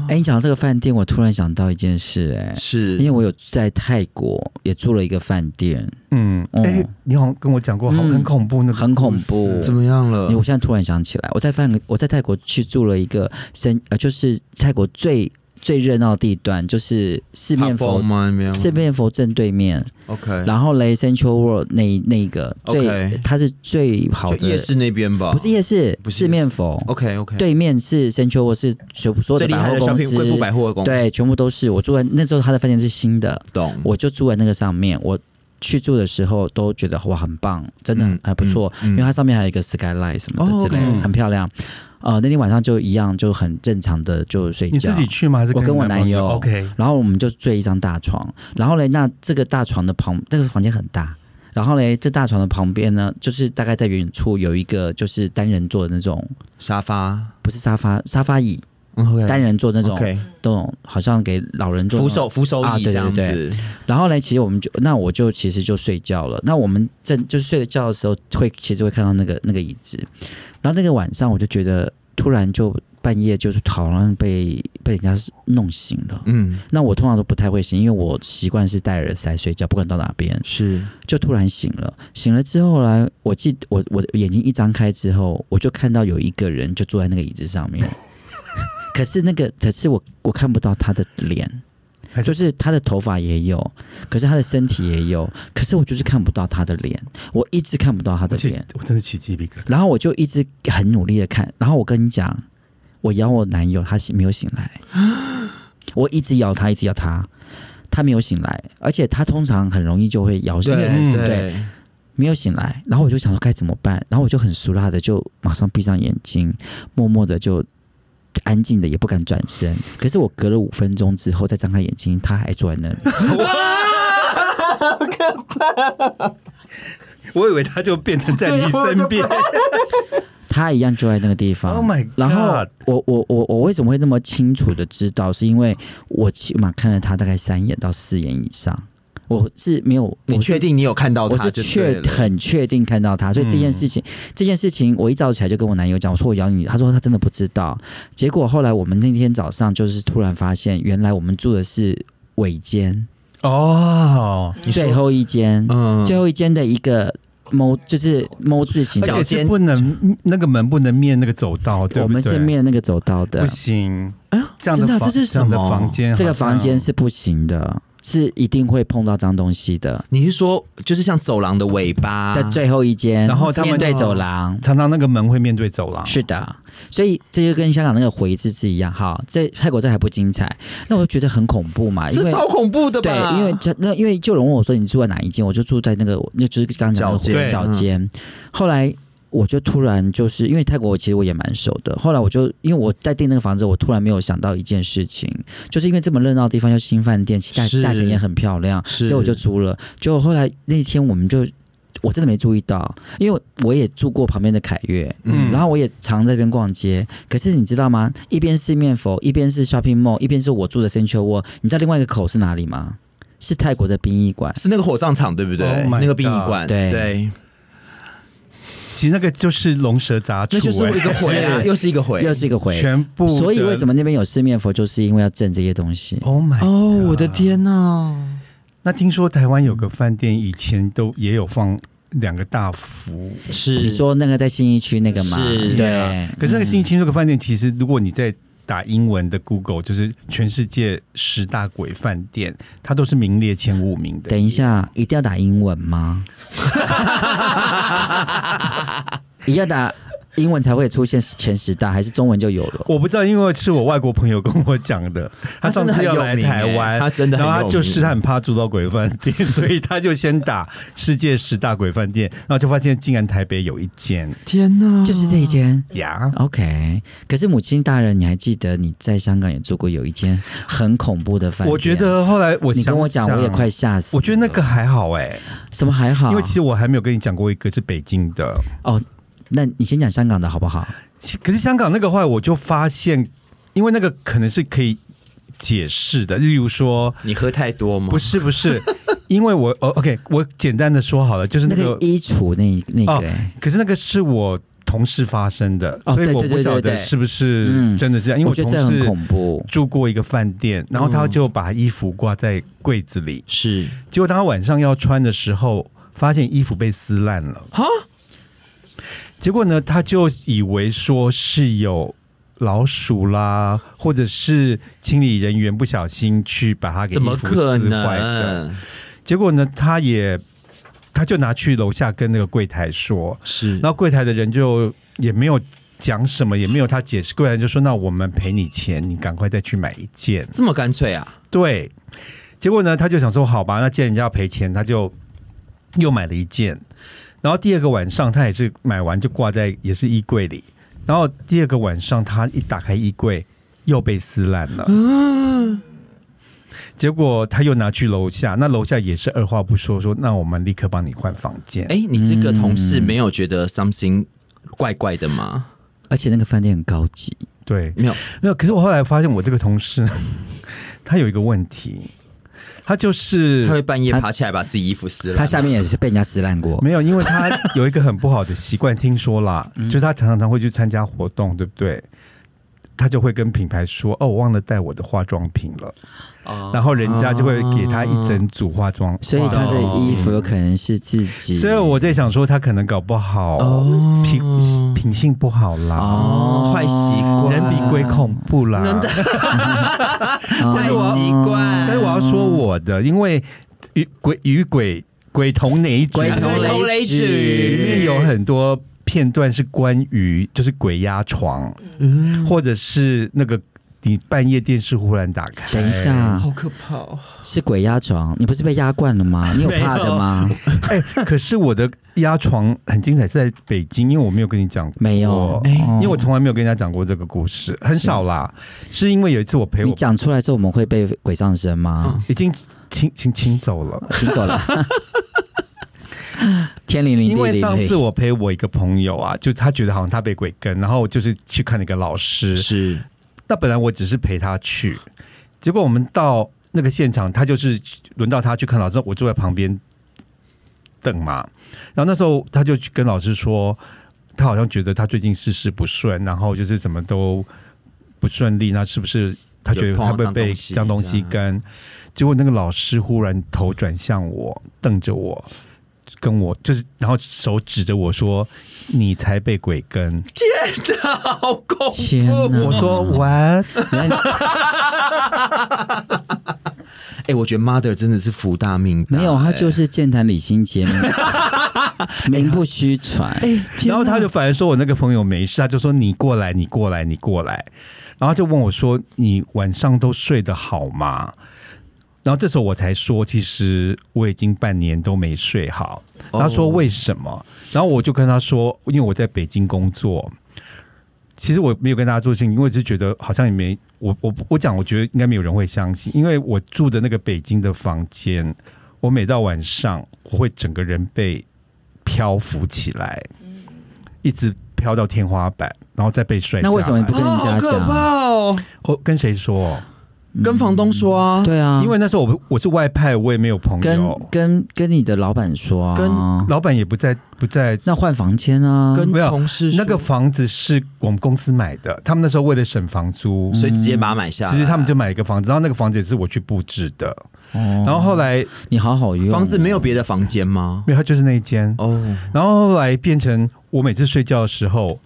C: 哎、你讲到这个饭店，我突然想到一件事、哎，
B: 是
C: 因为我有在泰国也住了一个饭店，
A: 嗯，
C: 嗯
A: 哎、你好像跟我讲过，好
C: 嗯
A: 很恐怖那个，
C: 很恐。怖。
B: 怎么样了
C: 因为？我现在突然想起来，我在饭我在泰国去住了一个深呃，就是泰国最最热闹的地段，就是四面佛
B: 怕疯吗？那边
C: 四面佛正对面，
B: OK，
C: 然后嘞 Central World 那那一个最
B: OK
C: 它是最好
B: 就
C: 的，
B: 夜市那边吧？
C: 不是夜市，
B: 不是夜市
C: 四面佛
B: OK OK，，
C: 对面是 Central World 是所所有
B: 最
C: 的
B: 厉
C: 百
B: 害
C: 货
B: 的
C: 公
B: 商品
C: 司，
B: 贵妇百货公司，嗯
C: 对，全部都是。我住在那时候他的饭店是新的，
B: 懂？
C: 我就住在那个上面。我去住的时候都觉得哇，很棒，真的
B: 嗯
C: 还不错，
B: 嗯嗯
C: 因为它上面还有一个 skyline 什么的
B: 哦
C: 之类的，
A: OK
C: 很漂亮。呃，那天晚上就一样，就很正常的就睡觉。
A: 你自己去吗？还是
C: 我跟我男
A: 朋
C: 友
A: ？OK，
C: 然后我们就睡一张大床，然后嘞，那这个大床的旁，这个房间很大，然后嘞，这大床的旁边呢，就是大概在远处有一个就是单人座的那种，
B: 沙发，
C: 不是沙发，沙发椅，
B: 嗯，OK，
C: 单人座那种，
B: OK，
C: 那种好像给老人坐那
B: 扶
C: 种
B: 手扶手
C: 啊
B: 椅
C: 对
B: 这样
C: 对
B: 子，
C: 然后呢，其实我们就那我就其实就睡觉了。那我们正就是睡了觉的时候，会其实会看到那个那个椅子。然后那个晚上，我就觉得突然就半夜就是好像被被人家弄醒了。
B: 嗯，
C: 那我通常都不太会醒，因为我习惯是戴耳塞睡觉，不管到哪边
B: 是
C: 就突然醒了。醒了之后呢，我记我我的眼睛一张开之后，我就看到有一个人就坐在那个椅子上面， 可是那个可是我我看不到他的脸。
A: 还
C: 就是是他的头发也有，可是他的身体也有，可是我就是看不到他的脸，我一直看不到他
A: 我
C: 的
A: 起
C: 脸，，
A: 我真的起鸡皮疙瘩。
C: 然后我就一直很努力的看，然后我跟你讲，我摇我男友，他醒没有醒来，我一直摇他，一直摇他，他没有醒来，而且他通常很容易就会摇醒，因为
A: 嗯
B: 对
C: 对
B: 对，
C: 没有醒来，然后我就想说该怎么办，然后我就很俗辣的就马上闭上眼睛，默默的就安静的也不敢转身，可是我隔了五分钟之后再张开眼睛，他还坐在那里。
A: 我以为他就变成在你身 边。
C: 他一样就在那个地方。
A: Oh my god！
C: 然后我我我我为什么会那么清楚的知道？是因为我起码看了他大概三眼到四眼以上，我是没有
B: 你
C: 我是
B: 确定你有看到
C: 我
B: 他
C: 是
B: 就
C: 确
B: 对了？
C: 很确定看到他，所以这件事情、这件事情我一早起来就跟我男友讲，我说我咬你，他说他真的不知道。结果后来我们那天早上就是突然发现，原来我们住的是尾间
A: 哦，
C: 最后一间、
B: 嗯，
C: 最后一间的一个猫就是猫字形
A: 而
C: 的
A: 且是不能那个门不能面那个走道，对不对
C: 我们是面那个走道的啊
A: 不，行。这样
B: 真的
A: 的
B: 这
A: 房
B: 是
A: 样的
B: 什么
A: 房间好像，
C: 这个房间是不行的，是一定会碰到脏东西的。
B: 你是说就是像走廊的尾巴
C: 在最后一间，
A: 啊然后他们哦
C: 面对走廊。
A: 常常那个门会面对走廊。
C: 是的，所以这就跟香港那个回字字一样，哈，这泰国这还不精彩，那我就觉得很恐怖嘛，因
B: 这
C: 为
B: 超恐怖的
C: 对
B: 吧？，
C: 因为就那因为就有人问我说你住在哪一间，我就住在那个那就是刚刚讲的
B: 脚
A: 尖
C: 脚
B: 嗯
C: 尖，后来。我就突然就是因为泰国，我其实我也蛮熟的。后来我就因为我在订那个房子，我突然没有想到一件事情，就是因为这么热闹的地方又新饭店，其实
B: 是
C: 价价钱也很漂亮，
B: 是
C: 所以我就租了。结果后来那天我们就我真的没注意到，因为我也住过旁边的凯悦，
A: 嗯
C: 然后我也常在那边逛街。可是你知道吗？一边是面佛，一边是 shopping mall，一边是我住的 Central World。你知道另外一个口是哪里吗？是泰国的殡仪馆。
B: 是那个火葬场对不对
A: Oh my
B: 那个殡仪馆
C: God 对
B: 对，
A: 其实那个就是龙蛇杂处、
B: 那就是
A: 欸
B: 一 个回 啊，
C: 是
B: 又是一个回，
C: 又是一个回，
A: 全部的。
C: 欸所以为什么那边有四面佛，就是因为要镇这些东西。
A: ？Oh my！
B: 哦，我的
A: God
B: 天呐、
A: 那听说台湾有个饭店以前都也有放两个大佛，
B: 是
C: 你说那个在信义区那个嘛，
B: 是
C: 对，
A: 啊可是那个新兴那个饭店，其实如果你在打英文的 Google，就是全世界十大鬼饭店，它都是名列前五名的。
C: 等一下，一定要打英文吗？一定要打英文才会出现前十大，还是中文就有了？
A: 我不知道，因为是我外国朋友跟我讲的，他上次要来台湾，
B: 他真的很有
A: 然
B: 名欸他真的很
A: 后
B: 有
A: 他就是
B: 名
A: 他很怕住到鬼饭店，所以他就先打世界十大鬼饭店， 然后就发现竟然台北有一间
B: 天哪，
C: 就是这一间。
A: 呀，
C: OK，可是母亲大人，你还记得你在香港也做过有一间很恐怖的饭店？
A: 我觉得后来我
C: 你跟我
A: 想
C: 讲，我也快吓死了。
A: 我觉得那个还好哎、
C: 什么还好，
A: 因为其实我还没有跟你讲过一个是北京的，
C: 哦，那你先讲香港的好不好？
A: 可是香港那个话我就发现，因为那个可能是可以解释的，例如说
B: 你喝太多吗？
A: 不是不 是，因为我哦 OK，我简单的说好了，就是那
C: 那
A: 个，
C: 个衣橱那那
A: 哦
C: 个、欸
A: 可是那个是我同事发生的，
C: 哦
A: 所以
C: 对
A: 我
C: 对
A: 不
C: 对
A: 晓
C: 对
A: 得
C: 对
A: 是不是
C: 嗯
A: 真的是这样，因为
C: 我觉得这
A: 同
C: 很
A: 事
C: 恐怖。
A: 住过一个饭店，然后他
B: 嗯
A: 就把衣服挂在柜子里，
B: 是
A: 结果当他晚上要穿的时候，发现衣服被撕烂了。
B: 哈，
A: 结果呢，他就以为说是有老鼠啦，或者是清理人员不小心去把它给
B: 怎么
A: 衣服
B: 可
A: 撕坏的。
B: 能？
A: 结果呢，他也他就拿去楼下跟那个柜台说，
B: 是
A: 然后柜台的人就也没有讲什么，也没有他解释，柜台就说：“那我们赔你钱，你赶快再去买一件。”
B: 这么干脆啊？
A: 对，结果呢，他就想说，好吧，那既然人家要赔钱，他就又买了一件。然后第二个晚上，他也是买完就挂在也是衣柜里。然后第二个晚上，他一打开衣柜，又被撕烂了。结果他又拿去楼下，那楼下也是二话不说说，那我们立刻帮你换房间。
B: 哎，你这个同事没有觉得 something 怪怪的吗？
C: 而且那个饭店很高级，
A: 对，
B: 没有，
A: 没有。可是我后来发现，我这个同事 他有一个问题，他就是
B: 他会半夜
C: 他
B: 爬起来把自己衣服撕了。
C: 它下面也是被人家撕烂过。
A: 没有，因为他有一个很不好的习惯，听说 啦，
C: 嗯
A: 就是他常常会去参加活动，对不对？他就会跟品牌说：“哦，我忘了带我的化妆品了。然后人家就会给他一整组化妆，
C: 啊所以
A: 化
C: 他
A: 妆
C: 的衣服有可能是自己。
A: 所以我在想说，他可能搞不好、
C: 哦
A: 品品性不好啦，
B: 哦，坏习惯，
A: 人比鬼恐怖啦。
B: 真的坏习惯。
A: 但是我要说我的，因为与鬼与鬼鬼同哪一组
C: 鬼同
B: 同
C: 雷
B: 雷
C: 指
A: 里面
B: 指
A: 有很多片段是关于就是鬼压床，
C: 嗯
A: 或者是那个你半夜电视忽然打开，
C: 等一，下，
B: 好可怕哦！
C: 是鬼压床，你不是被压惯了吗？你有怕的吗？
A: 哎、可是我的压床很精彩，是在北京，因为我没有跟你讲过，
C: 没有，
B: 哎
C: 哦
A: 因为我从来没有跟人家讲过这个故事，很少啦，是因为有一次我陪
C: 嗯你
A: 我。
C: 讲出来之后，我们会被鬼上身吗？
A: 已经请请请走了，
C: 请走了。 天灵灵地
A: 因
C: 灵灵，
A: 为上次我陪我一个朋友啊，就他觉得好像他被鬼跟，然后就是去看了一个老师，
B: 是
A: 那本来我只是陪他去，结果我们到那个现场，他就是轮到他去看老师，我坐在旁边等嘛。然后那时候他就去跟老师说，他好像觉得他最近事事不顺，然后就是怎么都不顺利，那是不是他觉得他会被脏东西跟？结果那个老师忽然头转向我，瞪着我。跟我就是，然后手指着我说：“你才被鬼跟。
B: 好恐怖。
C: 天哪！
A: 我说：“完。”
C: 原来
B: 哎，我觉得 mother 真的是福大命大。哎
C: 没有，他就是健谈李 心洁，名不虚传。
A: 然后他就反而说我那个朋友没事，他就说你过来，你过来，你过来，然后就问我说你晚上都睡得好吗？然后这时候我才说，其实我已经半年都没睡好。
B: 哦
A: 他说为什么？然后我就跟他说，因为我在北京工作。其实我没有跟大家做信，因为是觉得好像也没我我我讲，我觉得应该没有人会相信，因为我住的那个北京的房间，我每到晚上我会整个人被漂浮起来，一直飘到天花板，然后再被摔下
C: 那
A: 来。
C: 为什么你不跟人
B: 啊
C: 家
B: 好可
C: 讲？
B: 怕哦！
A: 我跟谁说？
B: 跟房东说啊，
C: 对啊，
A: 因为那时候我我是外派，我也没有朋
C: 跟
A: 友，
C: 跟跟你的老板说啊，
A: 老板也不在不在。
C: 那换房间啊，
B: 跟
A: 没有
B: 同事说
A: 那个，房子是我们公司买的，他们那时候为了省房租，
C: 嗯
B: 所以直接把它买下
A: 嗯
B: 来。
A: 其实他们就买了一个房子，然后那个房子也是我去布置的。
C: 哦，
A: 然后后来
C: 你好好用
B: 房子没有别的房间吗？
A: 没有，它就是那一间。
B: 哦，
A: 然后后来变成我每次睡觉的时候，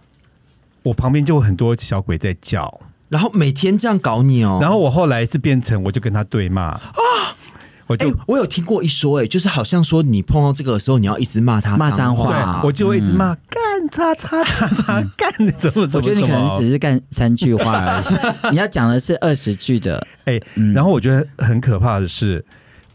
A: 我旁边就有很多小鬼在叫，
B: 然后每天这样搞你哦。
A: 然后我后来是变成，我就跟他对骂 啊，我
B: 哎、
A: 就、
B: 我有听过一说、哎，就是好像说你碰到这个的时候，你要一直骂他
C: 骂脏
B: 话。
C: 话
A: 对，我就会一直骂干叉叉叉叉干什么什么什么。
C: 嗯我觉得你可能只是干三句话而 已，你要讲的是二十句的，
A: 哎、
C: 嗯
A: 然后我觉得很可怕的是，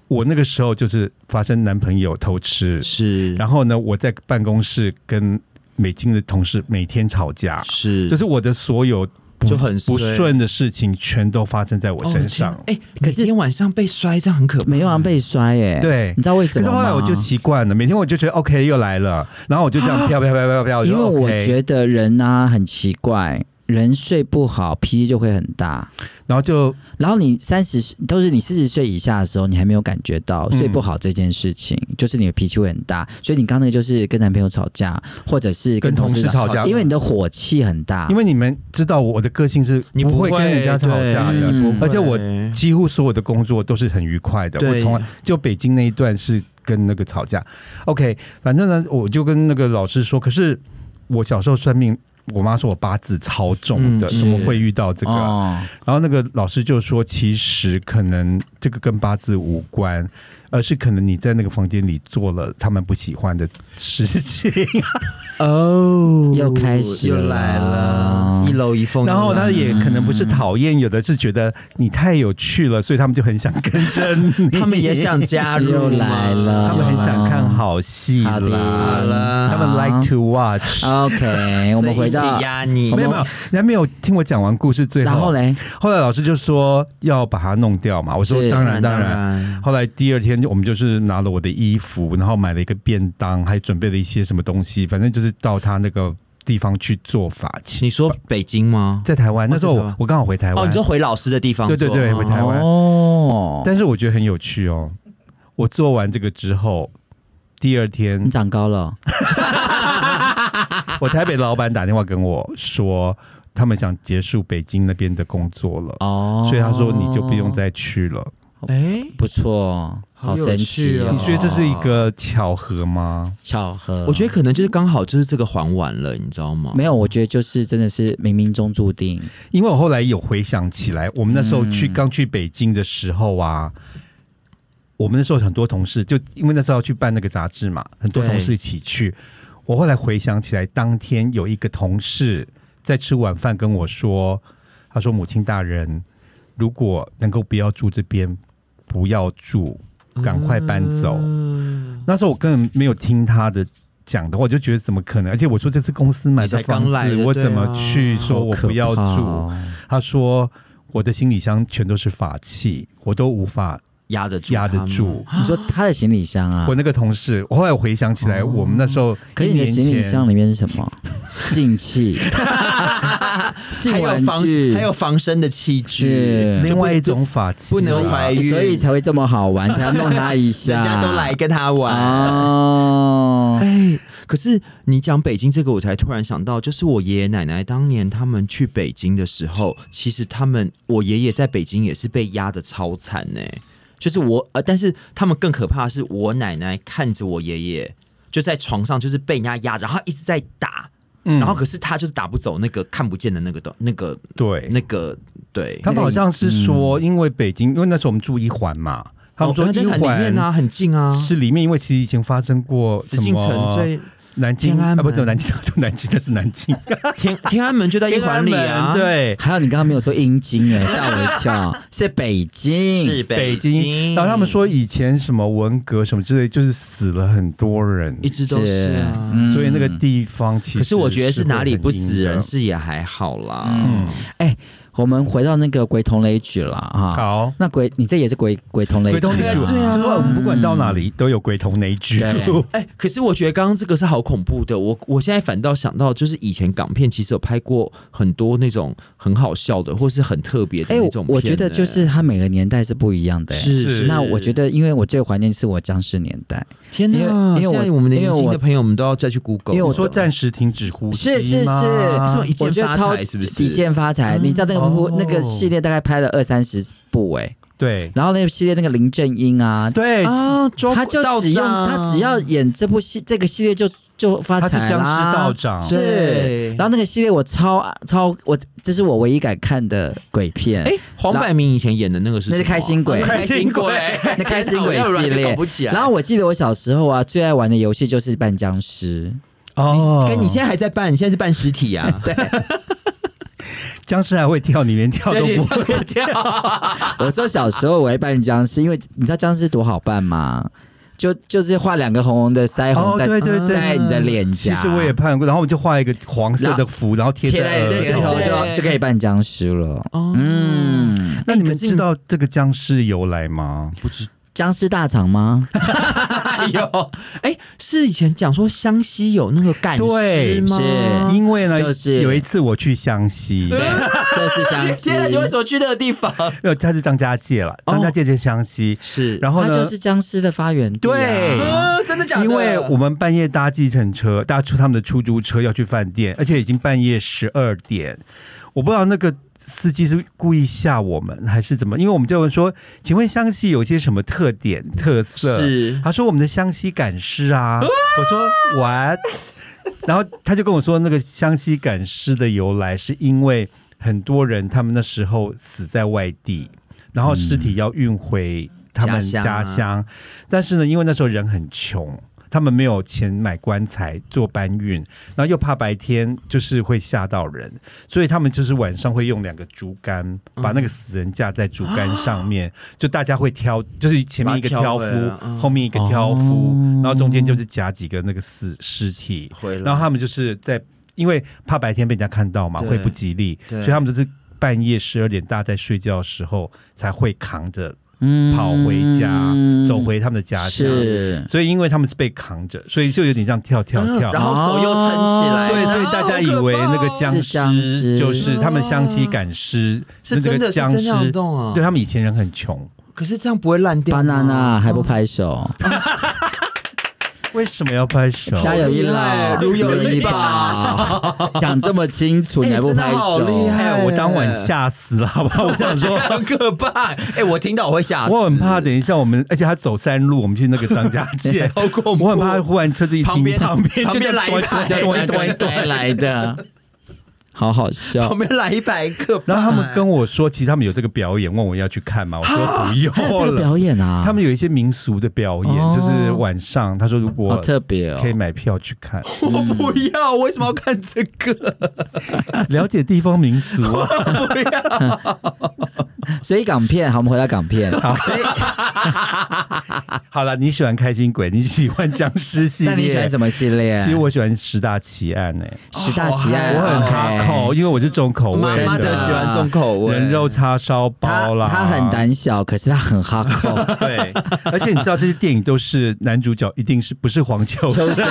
A: 我那个时候就是发生男朋友偷吃，
B: 是，
A: 然后呢，我在办公室跟美金的同事每天吵架，
B: 是，
A: 就是我的所有不
B: 就很
A: 不
B: 衰
A: 顺的事情，全都发生在我身上。
B: 哎、可是今天晚上被摔，这样很可怕。
C: 没有啊，被摔耶、
A: 对
C: 你知道为什
A: 可是
C: 么吗？
A: 后来我就习惯了，每天我就觉得 OK 又来了，然后我就这样飘飘飘飘飘，
C: 因为我
A: 得，
C: 觉得人啊很奇怪，人睡不好，脾气就会很大。
A: 然后就
C: 然后你三十都是你四十岁以下的时候，你还没有感觉到
A: 嗯
C: 睡不好这件事情，就是你的脾气会很大。所以你刚刚那个就是跟男朋友吵架，或者是
A: 跟同
C: 事
A: 事吵架
C: 因为你的火气很大。
A: 因为你们知道我的个性是
B: 你
A: 不
B: 不
A: 会跟
B: 会
A: 人家吵架
B: 对
A: 的，
C: 你不
A: 而且我
B: 会
A: 几乎所有的工作都是很愉快的。我
B: 对
A: 从来就北京那一段是跟那个吵架。OK，反正呢，我就跟那个老师说，可是我小时候算命，我妈说我八字超重的，
B: 嗯
C: 是
A: 怎么会遇到这个？
C: 哦，
A: 然后那个老师就说，其实可能这个跟八字无关，而是可能你在那个房间里做了他们不喜欢的事情。
B: 哦，
C: 又开始
B: 又来了，一楼一凤又来
A: 然
B: 了。
A: 后他也可能不是讨厌，有的是觉得你太有趣了，所以他们就很想跟着你。
B: 他们也想加入，
C: 又来了
A: 他们很想看好戏
C: 好的
A: 啦，
B: 啦
A: 他们 like to watch。
C: 哦 OK，我们回
B: 所以一
C: 到
B: 起压你
A: 没有没有，你还没有听我讲完故事最后。
C: 然后嘞，
A: 后来老师就说要把它弄掉嘛，我说
C: 是
A: 当然当
B: 当
A: 然。
B: 然，
A: 后来第二天，我们就是拿了我的衣服，然后买了一个便当，还准备了一些什么东西，反正就是到他那个地方去做法器。
B: 你说北京吗？
A: 在台湾那时候
B: 在台
A: 我
B: 湾
A: 我刚好回台湾，
B: 哦，你说回老师的地方
A: 对
B: 做？
A: 对对，回台湾。
C: 哦，
A: 但是我觉得很有趣哦。我做完这个之后，第二天
C: 你长高了，
A: 我台北老板打电话跟我说，他们想结束北京那边的工作了，
C: 哦，
A: 所以他说你就不用再去了。
B: 哎，
C: 不错，
B: 好
C: 好
B: 有
C: 神
B: 趣
C: 奇
B: 哦
C: 哦！
A: 你觉得这是一个巧合吗？
C: 巧合？
B: 我觉得可能就是刚好就是这个还完了，你知道吗？
C: 没有，我觉得就是真的是冥冥中注定。
A: 因为我后来有回想起来，我们那时候去刚去北京的时候啊。我们那时候很多同事，就因为那时候要去办那个杂志嘛，很多
B: 对
A: 同事一起去。我后来回想起来，当天有一个同事在吃晚饭跟我说，他说：“母亲大人，如果能够不要住这边，不要住，赶快搬走。
B: 嗯
A: 那时候我根本没有听他的。讲的话，我就觉得怎么可能？而且我说这次公司买的
B: 你才
A: 房
B: 刚来
A: 子，
B: 的啊
A: 我怎么去说我不要住？
C: 好可怕哦
A: 他说我的行李箱全都是法器，我都无法
B: 压得住，
A: 压得住。。
C: 你说他的行李箱啊
A: 我，那个同事，我后来回想起来，
B: 哦
A: 我们那时候
C: 可是
A: 一
C: 你的
A: 年前，
C: 行李箱里面是什么？性器、
B: 还
C: 性
B: 有
C: 玩
B: 防
C: 具，
B: 还有防身的器具
C: 是，
A: 另外一种法器啊，
B: 不能怀孕，
C: 所以才会这么好玩，才要弄他一下。
B: 人家 都来跟他
A: 啊
B: 玩。
C: 哦，
B: 哎，可是你讲北京这个，我才突然想到，就是我爷爷奶奶当年他们去北京的时候，其实他们我爷爷在北京也是被压的超惨呢、就是我呃，但是他们更可怕的是，我奶奶看着我爷爷就在床上，就是被人家压着，然后一直在打，
A: 嗯
B: 然后可是他就是打不走那个看不见的那个东那个
A: 对。
B: 那个对，
A: 他们好像是说，因为北京，因为那时候我们住一环嘛，他们说
B: 哦
A: 一
B: 就很里
A: 环
B: 面啊，很近啊，
A: 是里面，因为其实以前发生过
B: 紫
A: 什
B: 禁城
A: 么
B: 最
A: 南京
B: 天安
A: 啊，
B: 门
A: 不是南京， 就南京，那是南京，
B: 天天安门就在一环里
A: 天安
B: 啊，
A: 门，对。
C: 还有你刚刚没有说阴茎哎，吓我一跳，是北京，
B: 是
A: 北
B: 嗯京，
A: 然后他们说以前什么文革什么之类，就是死了很多人，
B: 一直都是啊。
C: 嗯
A: 所以那个地方其实
B: 可是我觉得是哪里不死人
A: 是
B: 是也还好啦。
C: 嗯，哎、我们回到那个鬼同雷举了
A: 会很阴的
C: 哈。
A: 好。
C: 那鬼，你这也是鬼鬼同雷
A: 鬼
C: 举
A: 童
C: 啊
A: 内
B: 对
A: 剧，
B: 啊啊对
A: 就
B: 啊
A: 是说我嗯们不管到哪里都有鬼童内剧。
C: 对
B: 哎、可是我觉得刚刚这个是好恐怖的。我我现在反倒想到，就是以前港片其实有拍过很多那种很好笑的，或是很特别的
C: 哎、
B: 那种片、
C: 我觉得就是它每个年代是不一样的、
B: 哎
C: 哎
B: 是
A: 是
C: 那我觉得，因为我最怀念是我僵尸年代，
B: 天哪，
C: 因为因为我
B: 现在我们的
C: 因为
B: 年
C: 我
B: 轻的朋友们都要再去 Google，
C: 因为
A: 我
C: 我
A: 说暂时停止呼吸
C: 是是是，
A: 吗
B: 什么一
C: 我
B: 键
C: 觉得
B: 发
C: 超
B: 财是不是？
C: 一键发财，你知道那个、
A: 哦
C: 那个系列大概拍了二三十部哎、
A: 对
C: 然后那个系列那个林正英啊，
A: 对，
B: 啊，抓
C: 他就
B: 到
C: 只用
B: 账啊
C: 他只要演这部戏这个系列就就发
A: 他是
C: 财啦。
A: 僵尸道长，
B: 是
C: 是，然后那个系列我超超我，这是我唯一敢看的鬼片。
B: 哎，黄百鸣以前演的那个是
C: 那是
B: 什么啊
C: 开心鬼
B: 哦
A: 开心鬼
C: 那 开心鬼
B: 天哪我要
C: 系
B: 软就搞
C: 列
B: 不起来。
C: 然后我记得我小时候啊，最爱玩的游戏就是扮僵尸。
A: 哦，
B: 跟你现在还在办，你现在是办实体 啊？对，
A: 僵尸还会跳，你连跳都
B: 你
A: 不
B: 跳
A: 会。
B: 不跳？
C: 我说小时候我会扮僵尸，因为你知道僵尸多好扮吗？就就是画两个红红的腮
A: 哦
C: 红在、
A: 对对对
C: 在你的脸
A: 其
C: 颊。
A: 实我也判过，然后我们就画一个黄色的符，然后贴
C: 贴在
A: 在
C: 你
A: 额
C: 的额
A: 头
C: 头
B: 对对
C: 就
B: 对
C: 就可以扮僵尸了。
B: 哦
C: 嗯，
A: 那你
B: 哎
A: 们
B: 可是
A: 知道这个僵尸的由来吗？
B: 不知
C: 僵尸大厂吗？
B: 哎呦，哎，是以前讲说湘西有那个干
A: 对
B: 尸吗？
C: 哎是
A: 因为呢，
C: 就是
A: 有一次我去湘西，
C: 对，就是僵尸。
B: 现在啊你为什么去那个地方？
A: 没有，他是张家界了，
B: 哦
A: 张家界是湘西。
B: 是
A: 然后
C: 它
A: 呢，
C: 就是僵尸的发源地、啊。
A: 对
B: 呃，真的假的？
A: 因为我们半夜搭计程车，搭出他们的出租车要去饭店，而且已经半夜十二点，我不知道那个司机是故意吓我们还是怎么，因为我们就问说，请问湘西有些什么特点特色？
B: 是
A: 他说我们的湘西赶尸啊，我说 what？然后他就跟我说，那个湘西赶尸的由来是因为很多人他们那时候死在外地，然后尸体要运回他们
B: 家乡
A: 家
B: 啊
A: 乡，但是呢，因为那时候人很穷。他们没有钱买棺材做搬运，然后又怕白天就是会吓到人，所以他们就是晚上会用两个竹竿把
B: 嗯
A: 那个死人架在竹竿上面，就大家会挑，就是前面一个
B: 哦把它挑
A: 挑
B: 回
A: 夫
B: 来啊，嗯
A: 后面一个挑夫，
C: 哦
A: 然后中间就是夹几个那个死尸体，
B: 回
A: 然后他们就是在因为怕白天被人家看到嘛，
B: 对
A: 会不吉利，
B: 对
A: 所以他们就是半夜十二点大家在睡觉的时候才会扛着
C: 嗯
A: 跑回家，走回他们的家乡。
C: 是
A: 所以因为他们是被扛着，所以就有点这样跳跳跳。
B: 嗯然后哎手又撑起来，
C: 哦
A: 对，所以大家以为那个僵
C: 是僵
A: 尸
C: 尸
A: 就是他们湘西赶尸，
B: 是真
A: 那
B: 的
A: 个
B: 是
A: 僵
B: 真的
A: 尸
B: 很。动啊
A: 对。他们以前人很穷，
B: 可是这样不会烂掉吗
C: banana 还不拍手，
A: 为什么要拍手？
C: 家有一老，
B: 如有
C: 一
B: 一
C: 宝，讲这么清楚，
B: 哎
C: 你还不拍
B: 真的好厉
C: 手？
B: 害
A: 哎，我当晚吓死了，好不好？ 我想说，
B: 很可怕。哎，我听到我会吓死，，
A: 我很怕等一下我们，而且他走山路，我们去那个张家界
B: 好恐怖
A: 我很怕忽然车子一停，
B: 旁边
A: 旁边
B: 旁
A: 就
B: 边
A: 这样
B: 来一
A: 咚
B: 排
A: 一咚一咚一咚一
C: 对
A: 咚。
C: 来的，好好笑
B: 旁。边来一百个。
A: 然后他们跟我说，其实他们有这个表演，问我要去看吗？我说不
C: 还有 这
A: 用
C: 个
A: 了。
C: 表演啊，
A: 他们有一些民俗的表演，
C: 哦
A: 就是晚上，他说如
C: 好
A: 果
C: 特别哦
A: 可。以买票去看，
B: 我不要，我为什么要看这个？
A: 了解地方民俗啊。
B: 不要，
C: 所以港片， 好，我们回到港片。所以
A: 好 了，你喜欢开心鬼，你喜欢僵尸系
C: 那你喜欢
A: 列，
C: 什么系列？
A: 其实我喜欢十大奇案哎，
C: 十大奇案，
A: 我很
C: OK
A: 哈口，因为我是重口味
B: 妈
A: 的，
B: 哎妈
C: 真
B: 就
C: 的
B: 喜欢重口味，
A: 人肉叉烧
C: 他
A: 包啦，
C: 他很。胆小，可是他很哈扣。
A: 对，而且你知道这些电影都是男主角一定是不是黄 秋
C: 秋生
A: 生，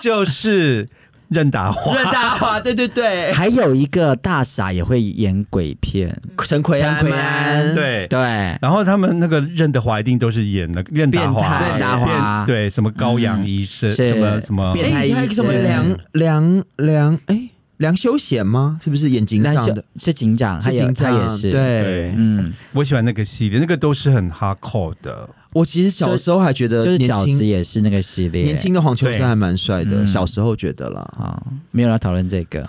A: 就是任达 华。
B: 任大华，对对对，
C: 还有一个大傻也会演鬼片，
B: 陈奎
C: 陈
B: 安，
C: 奎安，
A: 对
C: 对，
A: 然后他们那个任德华一定都是演那个任达华，
B: 变态任嗯
C: 达华
A: 变对什么高阳医生，
C: 是
A: 什么什么
C: 变
B: 哎，以前还有一个什么梁梁梁，哎，梁修贤吗？是不是眼睛
C: 那
B: 长
C: 是
B: 的？
C: 是警长，他
B: 是
C: 也
B: 警
C: 他
B: 长
C: 也是，，
B: 对
A: 对。
C: 嗯，
A: 我喜欢那个系列，那个都是很哈扣的。，
B: 我其实小时候还觉得
C: 就是
B: 年
C: 饺子
B: 轻
C: 也是那个系列，
B: 年轻的黄秋生还蛮帅的，
C: 对
B: 小时候觉得啦。
C: 啊，没有要讨论这个。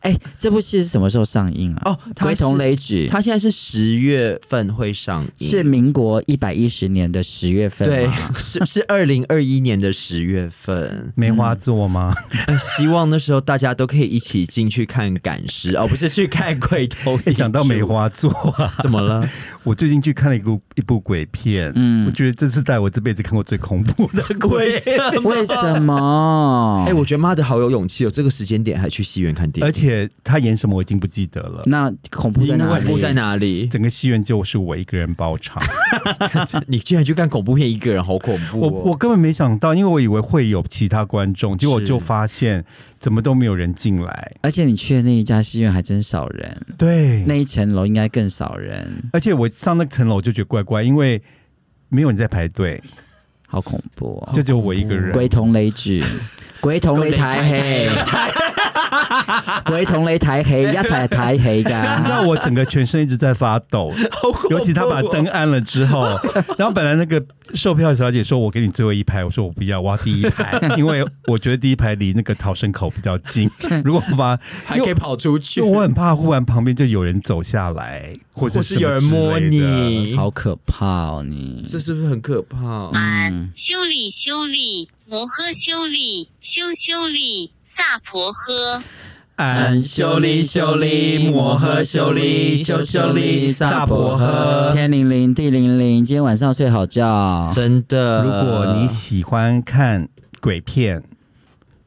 C: 哎，这部戏是什么时候上映啊？
B: 哦，他
C: 归
B: 是
C: 同雷指，
B: 他现在是十月份会上映，
C: 是民国一百一十年的十月份
B: 对
C: 吗，
B: 是是二零二一年的十月份
A: 梅花座吗？。
B: 呃希望那时候大家都可以一起进去看赶尸，而、不是去看鬼头
A: 哎，讲到梅，花座 啊，
B: 怎么了？
A: 我最近去看了一部一部鬼片，
C: 嗯
A: 我觉得这是在我这辈子看过最恐怖的鬼
B: 为什么？
C: 为什么？
B: 哎、我觉得妈的好有勇气哦，这个时间点还去戏院看电影，
A: 而且他演什么我已经不记得了，
C: 那恐怖在
B: 因为
C: 哪里？
B: 恐怖在？哪里？
A: 整个戏院就是我一个人包场。
B: 你居然去看恐怖片，一个人好恐怖、
A: 我
B: 哦！
A: 我根本没想到，因为我以为会有其他观众，结果
B: 是
A: 就发现怎么都没有人进来。
C: 而且你去的那一家戏院还真少人，
A: 对
C: 那一层楼应该更少人，
A: 而且我上那层楼就觉得怪怪，因为没有人在排队，
C: 好恐怖哦！
A: 就只有我一个人。
C: 鬼同雷指，鬼同雷台黑， 鬼同雷台黑，一踩台黑
A: 你知
C: 噶。
A: 道我整个全身一直在发抖，尤其他把灯按了之后，然后本来那个售票小姐说：“我给你最后一排。”我说：“我不要，我要第一排，因为我觉得第一排离那个逃生口比较近。如果把
D: 还可以跑出去
A: 因为，我很怕忽然旁边就有人走下来，或者
D: 或是有人摸
A: 什么之类的。
D: 你，
C: 好可怕哦！你
B: 这是不是很可怕？
C: 嗯，
E: 呃修理修理，摩诃修理，修修理，萨婆诃。
A: 安
C: 修理修理摩诃修理修修理萨婆诃。天灵灵地灵灵，今天晚上睡好觉。
B: 真的，
A: 如果你喜欢看鬼片，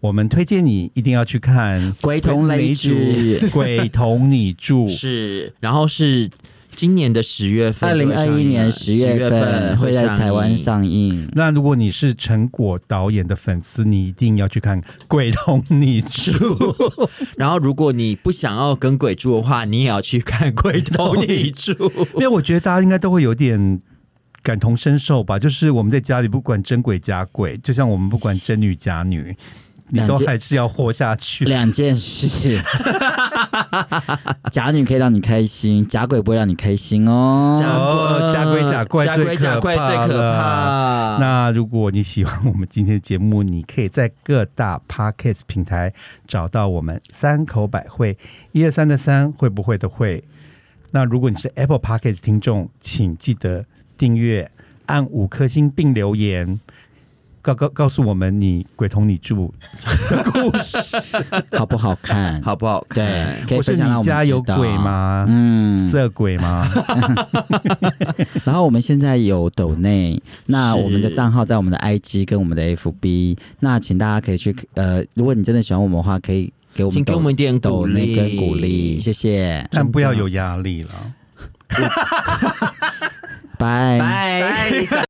A: 我们推荐你一定要去看《
C: 鬼同雷
A: 鬼
C: 举
A: 主鬼同你住》。
B: 是，然后是今年的十月份
C: 二
B: 就会
C: 零
B: 上
C: 二
B: 映了，
C: 一年十
B: 十
C: 月份
B: 份
C: 会在
B: 上
C: 台湾
B: 映。
C: 上映。
A: 那如果你是陈果导演的粉丝，你一定要去看《鬼同你住》。。
B: 然后，如果你不想要跟鬼住的话，你也要去看《鬼同你住》
A: 因为我觉得大家应该都会有点感同身受吧，就是我们在家里不管真鬼假鬼，就像我们不管真女假女，你都
C: 两件
A: 还是要活下去。
C: 两件事， 假女可以让你开心，假鬼不会让你开心哦。
B: 假
A: 哦假鬼假怪
B: 假
A: 最
B: 鬼
A: 可
B: 假怪最
A: 怕
B: 可
A: 了
B: 怕。
A: 那如果你喜欢我们今天的节目，你可以在各大 podcast 平台找到我们三口百会，一二三的三，会不会的会。那如果你是 Apple podcast 听众，请记得订阅、按五颗星并留言，告告告诉我们你鬼同你住的故事。
C: 好不好看？
B: 好不好看？
C: 对，可以
A: 我是
C: 分享让
A: 你
C: 我们
A: 家有
C: 知道
A: 鬼？吗？
C: 嗯，
A: 色鬼 吗？
C: 然后我们现在有抖内，那
B: 是
C: 我们的账号在我们的 IG 跟我们的 FB，那请大家可以去呃，如果你真的喜欢我们的话，可以给我们
B: 请给我们一点
C: 抖
B: 鼓
C: 内
B: 励
C: 跟鼓励，谢谢，
A: 但不要有压力了。
C: 拜
B: 拜。